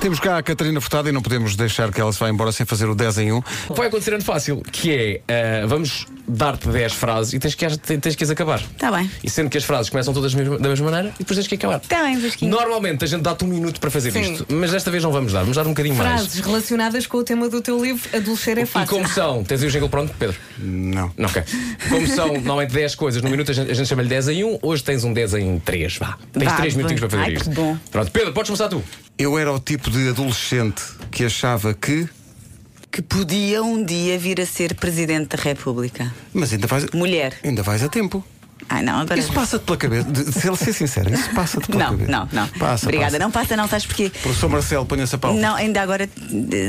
Temos cá a Catarina Furtado e não podemos deixar que ela se vá embora sem fazer o 10 em 1. Vai acontecer ano fácil, que é ah, vamos dar-te 10 frases e tens que, as- tens que as acabar. Tá bem. E sendo que as frases começam todas mesma- da mesma maneira e depois tens que acabar. Tá bem, Vasquinho. Normalmente a gente dá-te um minuto para fazer Sim. isto, mas desta vez não vamos dar, vamos dar um bocadinho Frases relacionadas com o tema do teu livro Adolescer é mais. E Fácil. como são? Tens aí o jingle pronto, Pedro? Não. Não, ok. Como são normalmente 10 coisas no minuto, a gente, a gente chama-lhe 10 em 1, hoje tens um 10 em 3, vá. Tens Vá, 3 bem. minutinhos para fazer Ai, isto. que bom. Pronto, Pedro, podes começar tu. Eu era o tipo de adolescente que achava que. Que podia um dia vir a ser Presidente da República. Mas ainda vais. Mulher. Ainda vais a tempo. Ai, não, agora. Isso passa-te pela cabeça. De, se ele ser sincero, isso passa-te pela Não, cabeça. não, não. Passa, Obrigada. passa. Não passa, não, sabes porquê? Professor Marcelo, ponha-se a pau. Não, ainda agora.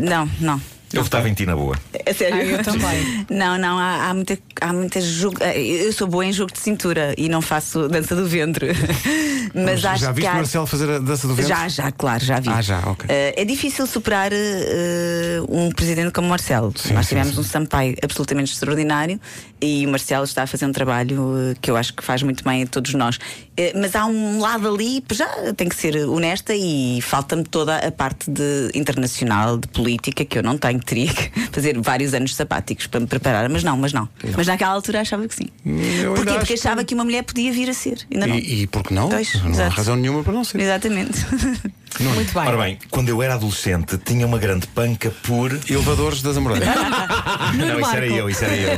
Não, não. Eu votava em ti na boa. É sério. Ah, eu também. Não, não, há, há muita. Há muita jogo, eu sou boa em jogo de cintura e não faço dança do ventre. Mas acho já que viste há... Marcelo fazer a dança do vento? Já, já, claro, já vi. Ah, já, ok. Eh, é difícil superar eh, um presidente como Marcelo. Sim, Nós sim, tivemos sim. um Sampaio absolutamente extraordinário e o Marcelo está a fazer um trabalho eh, que eu acho que faz muito bem a todos nós. Eh, mas há um lado ali, pois já tenho que ser honesta e falta-me toda a parte de internacional, de política, que eu não tenho. Teria que fazer vários anos sabáticos para me preparar, mas não, mas não. Mas naquela altura achava que sim. eu ainda Porquê? acho Porque que- achava que uma mulher podia vir a ser. Ainda não. E, e porque não? Pois, não há exato. razão nenhuma para não ser. Exatamente. Muito bem. Ora bem, quando eu era adolescente, tinha uma grande panca por. Ah, Elevadores das Amoreiras. Nuno não, isso era Marco. eu, isso era eu.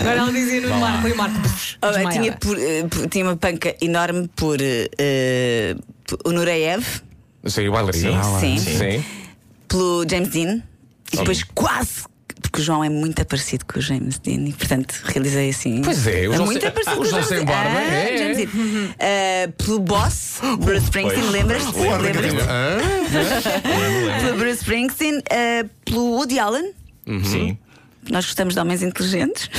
Agora ela dizia Nuno Marco e o Marco. puf, Ah, desmaiada. tinha, por, eh, por- tinha uma panca enorme por, eh, por- o Nureyev, Sim, o bailarino. Sim. sim, Sim. pelo James Dean e depois quase. Porque o João é muito parecido com o James Dean e, portanto, realizei assim. Pois é, o João muito sem- parecido o com o João James sem Dean. barba, Ah, é. James Dean. Ah, pelo Boss, Bruce Springsteen, pois. lembras-te? Lembro, Lembras-te? lembro. Pelo Bruce Springsteen, ah, pelo Woody Allen, Uhum. Uhum. Sim. nós gostamos de homens inteligentes,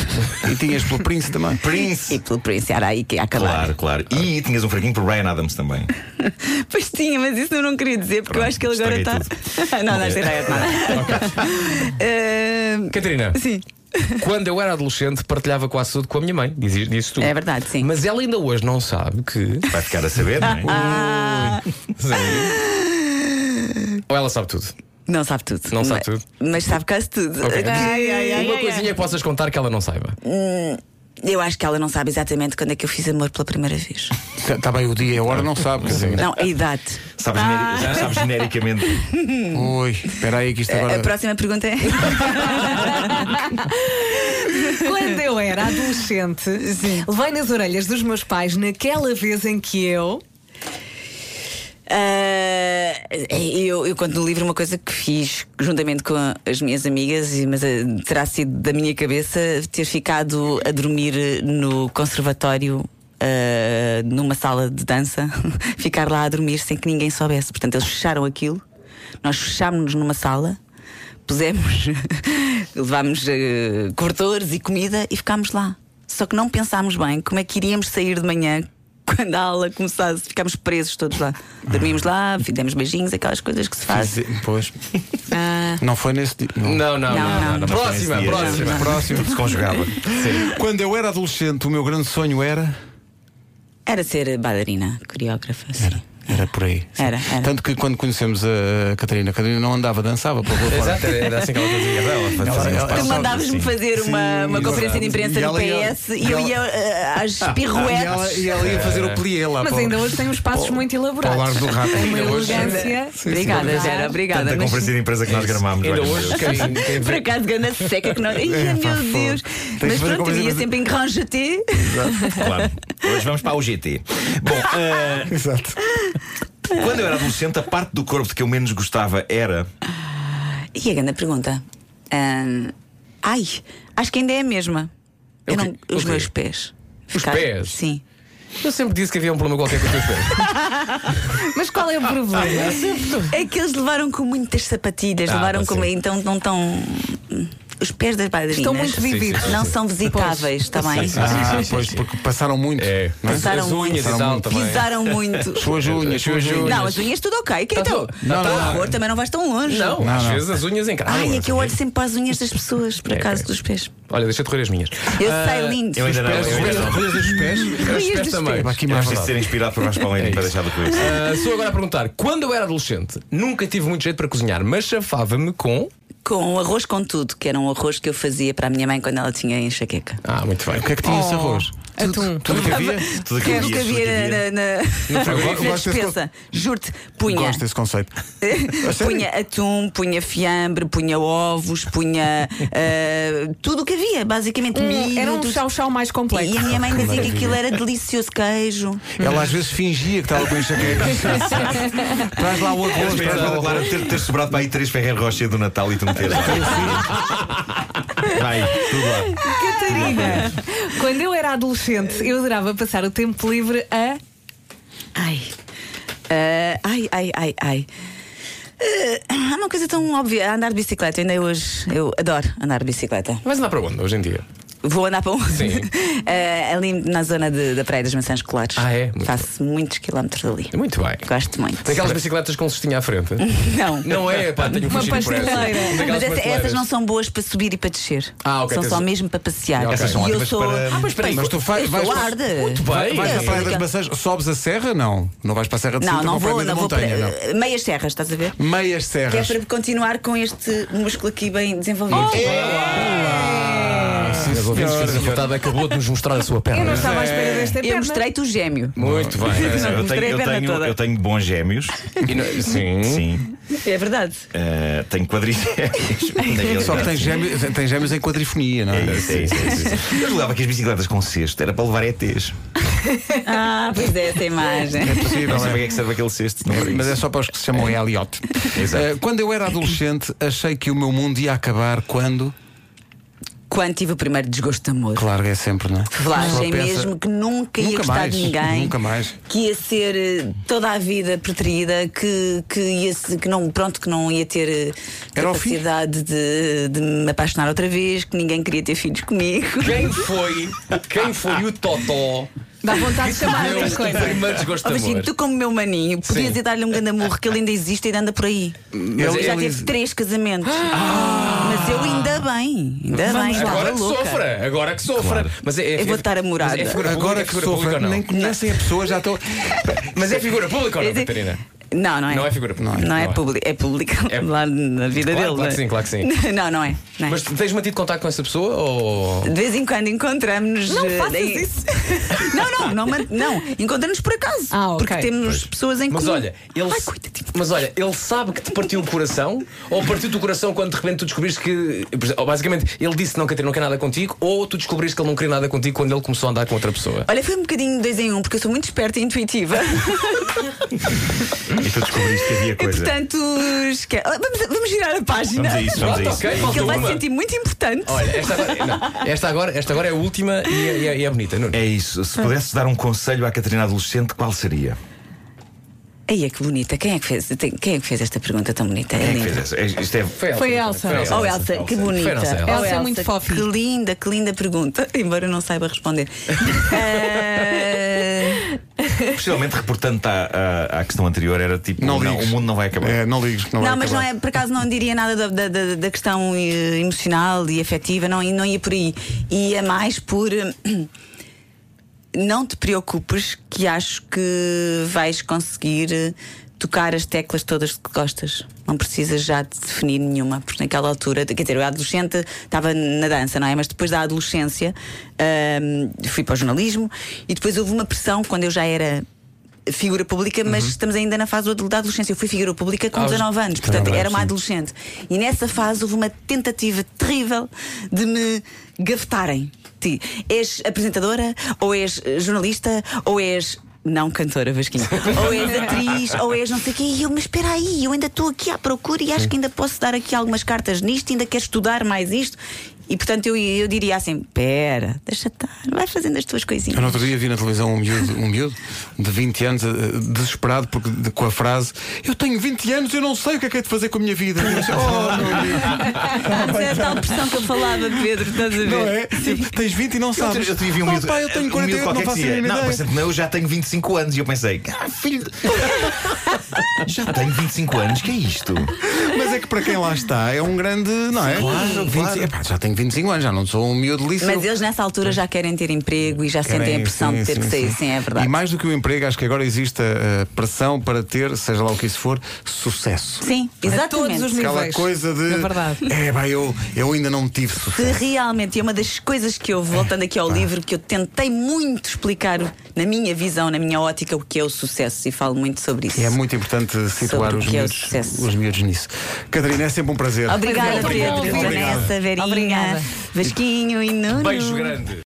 e tinhas pelo Prince também. e Prince. pelo Prince Araí, que ia acabar. Claro, claro. E tinhas um fraquinho por Ryan Adams também. Pois tinha, mas isso eu não queria dizer porque eu Pronto, acho que ele agora está. não, não, Ok. estraguei nada. Ehm, Catarina, Sim. quando eu era adolescente, partilhava quase tudo com a minha mãe, dizes disse tu. É verdade, sim. Mas ela ainda hoje não sabe que. Vai ficar a saber, não é? Ou ela sabe tudo. Não sabe tudo. Não sabe Ma- tudo. Mas sabe quase tudo. Ok. Ai, ai, ai, Uma ai, coisinha que possas contar que ela não saiba. Eu acho que ela não sabe exatamente quando é que eu fiz amor pela primeira vez. Está Tá, bem, o dia e a hora não sabe. quer dizer. Não, a idade. Sabes, generi- já sabes genericamente. Ui, espera aí que isto agora. A próxima pergunta é. Quando eu era adolescente, levei nas orelhas dos meus pais naquela vez em que eu. Ah, eu, eu conto no livro uma coisa que fiz juntamente com a- as minhas amigas, e- mas eh, terá sido da minha cabeça ter ficado a dormir eh, no conservatório. ah, numa sala de dança, ficar lá a dormir sem que ninguém soubesse. Portanto, eles fecharam aquilo, nós fechámos-nos numa sala, pusemos, levámos eh, cobertores e comida e ficámos lá. Só que não pensámos bem como é que iríamos sair de manhã quando a aula começasse. Ficámos presos todos lá. Dormimos lá, fizemos beijinhos, aquelas coisas que se faz. Dizer- Pois. Não foi nesse dia. não. Não, não, não. Não, não, não. não. Não Próxima, Nesse dia, próxima. já- Próximo. Se conjugava. Quando eu era adolescente, o meu grande sonho era. Era ser bailarina, coreógrafa. sim. Era por aí. Sim. Era, era. Tanto que quando conhecemos a Catarina, a Catarina não andava, dançava pela rua fora. Exato, era assim que ela fazia. Ela fazia uns ela- Tu passos mandavas-me assim. fazer uma, uma Sim, conferência de imprensa e no ela ia- PS e eu ia eh, às E piruetes. ela, e ela ia fazer o plié lá Mas para o- ainda hoje tem uns passos para muito o lar elaborados. do rato. Tem uma Ainda hoje- elegância. Obrigada, Vera, obrigada. Tanta mas- conferência de empresa que nós gramámos. Ainda olha, hoje, meu Deus. quem, quem Por vê. acaso, gana seca que não. Ai, É, pá, meu fogo. Tens Deus! de fazer Mas pronto, eu ia conferência- sempre em Grand Jeté. Claro. Hoje vamos para o GT. Bom, ah, Exato. quando eu era adolescente, a parte do corpo de que eu menos gostava era. E a grande pergunta? Ahn, ai, acho que ainda é a mesma. Eu O não- quê? os O quê? meus pés. Os pés? Sim. Eu sempre disse que havia um problema qualquer com os teus pés. Mas qual é o problema? É que eles levaram com muitas sapatilhas, Ah, levaram pá, com. sim. Então não estão. os pés das bailarinas Estão muito vividos. não são visitáveis tá também. Ah, pois, porque passaram muito. É. não é? As- as Passaram unhas e muito. tal também. Pisaram muito. Suas unhas, suas unhas. Não, as unhas tudo ok. Que Tá então, tudo- não, por não, não. favor, também não vais tão longe. Não, Não, às não. vezes as unhas encaram. Ai, é que eu olho sempre para as unhas das pessoas, É, por acaso, dos pés. Olha, deixa de correr as minhas. Eu Ah, sei, lindo. Eu ainda não. As Eu ainda unhas- não. as unhas dos pés. Os Unhas pés dos também. Pá, que Eu imagem. preciso ser inspirado por Vasco Palmeirinho para deixar de conhecer. Ah, sou agora a perguntar: quando eu era adolescente, nunca tive muito jeito para cozinhar, mas chafava-me com. Com arroz com tudo, que era um arroz que eu fazia para a minha mãe quando ela tinha enxaqueca. Ah, muito bem. O que é que tinha esse Oh, arroz? atum. Tudo que havia? Tudo Que aquilo que eu nunca dias, tudo aquilo via que na, na, na, frigorífico. Eu gosto desse despensa. Juro-te, punha. Gosto desse conceito. A sério? punha atum, punha fiambre, punha ovos, punha eh, tudo o que havia, basicamente. milho, Era um tudo. chau-chau mais complexo. E a minha mãe dizia que aquilo era delicioso queijo. Ela às vezes fingia que estava com enxaqueca. Traz lá o arroz, Mas traz lá pensava, o claro, arroz. ter, ter sobrado para aí três Ferreiro Rocher do Natal e tu meteres. Vai, tudo lá. Catarina, quando eu era adolescente, eu adorava passar o tempo livre a. Ai. Ah, ai, ai, ai, ai. Ah, há uma coisa tão óbvia, andar de bicicleta. Ainda hoje eu adoro andar de bicicleta. Vais andar para onde hoje em dia? Vou andar para onde? Sim. Ah, ali na zona de- da Praia das Maçãs Colares. Ah, é? Muito É Faço muitos quilómetros ali. Muito bem. Gosto muito. Daquelas bicicletas com cestinha à frente. Não. Não é, pá, tenho Uma fugido por essa. pasteleira. Daquelas Mas essa- pasteleiras. essas não são boas para subir e para descer. Ah, ok, São tens- só mesmo para passear. Ok. Essas são E eu ótimas sou. para- Ah, mas peraí, Mas tu faz- eu vais- sou arde. Muito Vai- bem. Vais à É, Praia é das aquela- Maçãs, sobes a serra? Não. Não vais para a Serra de Não, Sintra, não vou, propriamente não da vou para. montanha, eh, Meias serras, estás a ver? não. Meias Que é serras. para continuar com este músculo aqui bem desenvolvido. Meus ouvintes, senhora. Filipe Furtado acabou de nos mostrar a sua Eu não perna. estava à espera desta Eu é perna. mostrei-te o gêmeo. Muito bem. Eu Mostrei tenho, a eu, perna tenho, toda. eu tenho bons gêmeos. E não- Sim. Hum? Sim. É verdade. Eh, tenho quadrigêmeos. Na realidade, Só que tem sim. gêmeos, tem gêmeos em quadrifonia, não É é? isso, é isso, é isso, é isso. Eu julgava que as bicicletas com cesto era para levar ETs. Ah, pois é, essa imagem. É possível, Não sei é. para que é que serve aquele cesto. Não É, sei. Mas é só para os que se chamam Elliot. Exato. Eh, quando eu era adolescente, achei que o meu mundo ia acabar quando. Quando tive o primeiro desgosto de amor. Claro, é sempre, não é? Claro, Só achei pensa- mesmo que nunca ia Nunca gostar mais, de ninguém. nunca mais. Que ia ser eh, toda a vida preterida, que, que, ia se- que não, pronto, que não ia ter eh, Era o fim. capacidade de, de me apaixonar outra vez, que ninguém queria ter filhos comigo. Quem foi? Quem foi o Totó? Dá vontade de chamar Meu outra coisa. primeiro desgosto Oh, de Virgínia, amor. tu, como meu maninho, podias Sim. ir dar-lhe um grande amor que ele ainda existe e ainda anda por aí. ele- ele já ele- Ah! teve três casamentos. Mas eu ainda bem, ainda bem. Vamos lá. estava Agora que louca. sofra, agora que sofra. Mas é, é, Eu vou estar amorada. mas É figura Agora pública, que é figura sofrem, pública ou não? nem conhecem a pessoa, já estou. Mas é figura pública ou não, Quer dizer- Catarina? Não, não é. Não é figura pública. Não, Não é, é. público. É público É- lá na vida Claro, claro dele. que não é? sim, claro que sim. Não, não é. não é. Mas tens mantido contato com essa pessoa ou. De vez em quando encontramos. Não eh, faças em- isso. não, não, não, man- não. Encontramos por acaso. Ah, ok. Porque temos pessoas em Mas comum. olha, ele, Ai, coitadinho. mas olha, ele sabe que te partiu o coração ou partiu-te o coração quando de repente tu descobriste que. ou Basicamente, ele disse não, Catarina, não quer nada contigo ou tu descobriste que ele não queria nada contigo quando ele começou a andar com outra pessoa. Olha, foi um bocadinho dois em um, porque eu sou muito esperta e intuitiva. é- E tu descobriste que havia E é. coisa. portanto, esque... Ah, vamos, vamos girar a página. Vamos a isso, vamos a Pronto, isso. ok, Que falta ele vai uma. se sentir muito importante. Olha, esta agora, não, esta, agora, esta agora é a última e é, e é- e é bonita, Nuno. É isso. Se pudesses dar um conselho à Catarina adolescente, qual seria? Aí é que bonita. Quem é que fez, tem- quem é que fez esta pergunta tão bonita? Quem é que linda. fez essa? É- Isto é. Foi ela. Foi a Elsa. Foi a Oh, Elsa. Elsa, que Elsa. bonita. Foi a nossa Elsa. Oh, Elsa é muito fofa. Que linda, que linda pergunta. Embora eu não saiba responder. Eh, Possivelmente reportando-te à, à- à questão anterior, era tipo: Não ligues. o mundo não vai acabar. É, não ligues, que não, vai não, mas acabar. não é, por acaso não diria nada da, da- da- da questão eh, emocional e afetiva, não, não ia por aí. Ia mais por. eh, Não te preocupes, que acho que vais conseguir eh, tocar as teclas todas que gostas. Não precisas já de definir nenhuma, porque naquela altura, quer dizer, eu era adolescente estava na dança, não é? Mas depois da adolescência ahm, fui para o jornalismo e depois houve uma pressão quando eu já era. Figura pública, mas Uhum. estamos ainda na fase do- da adolescência. Eu fui figura pública com Aos 19 anos, portanto 19, era uma sim. adolescente. E nessa fase houve uma tentativa terrível de me gafetarem. Ti, és apresentadora, ou és eh, jornalista, ou és. Não cantora, Vasquinho. ou és atriz, ou és não sei o quê. E eu, mas espera aí, eu ainda estou aqui à procura e acho que ainda posso dar aqui algumas cartas nisto, ainda quero estudar mais isto. E portanto eu, eu diria assim: pera, deixa estar, vai fazendo as tuas coisinhas. Eu no outro dia vi na televisão um miúdo, um miúdo de 20 anos, eh, desesperado porque, de- com a frase: Eu tenho 20 anos, eu não sei o que é que é de fazer com a minha vida. E eu disse, oh, meu amigo, Estás é a ver a tal pressão que eu falava, Pedro, estás a ver? não é? Tens 20 e não Eu, sabes. eu tive um oh, miúdo, pá, eu tenho um 48, não miúdo qualquer que faço a dizia, mínima Não, ideia. mas é- não, eu já tenho 25 anos. E eu pensei, ah, filho, já tenho 25 anos, que é isto? Mas é que para quem lá está é um grande, não é? Claro, 20 claro. epá, já tenho 25 anos, já não sou um miúdo líceo. Mas eles nessa altura já querem ter emprego e já sentem Querem, a pressão sim, de ter sim, que sair, sim. sim, é verdade. E mais do que o emprego, acho que agora existe a, a pressão para ter, seja lá o que isso for, sucesso. Sim, A todos exatamente. os Aquela níveis. coisa de. É verdade. É, pá, eu, eu ainda não tive que sucesso. realmente é uma das coisas que eu, voltando aqui ao livro, que eu tentei muito explicar o- na minha visão, na minha ótica, o que é o sucesso e falo muito sobre isso. E é muito importante situar o os que é o miúdos, sucesso. os miúdos nisso. Catarina, é sempre um prazer. Foi Obrigada, muito Pedro, bom ouvir. Vanessa, Verinha, Obrigada. Vasquinho e É um Nuno. Beijo grande.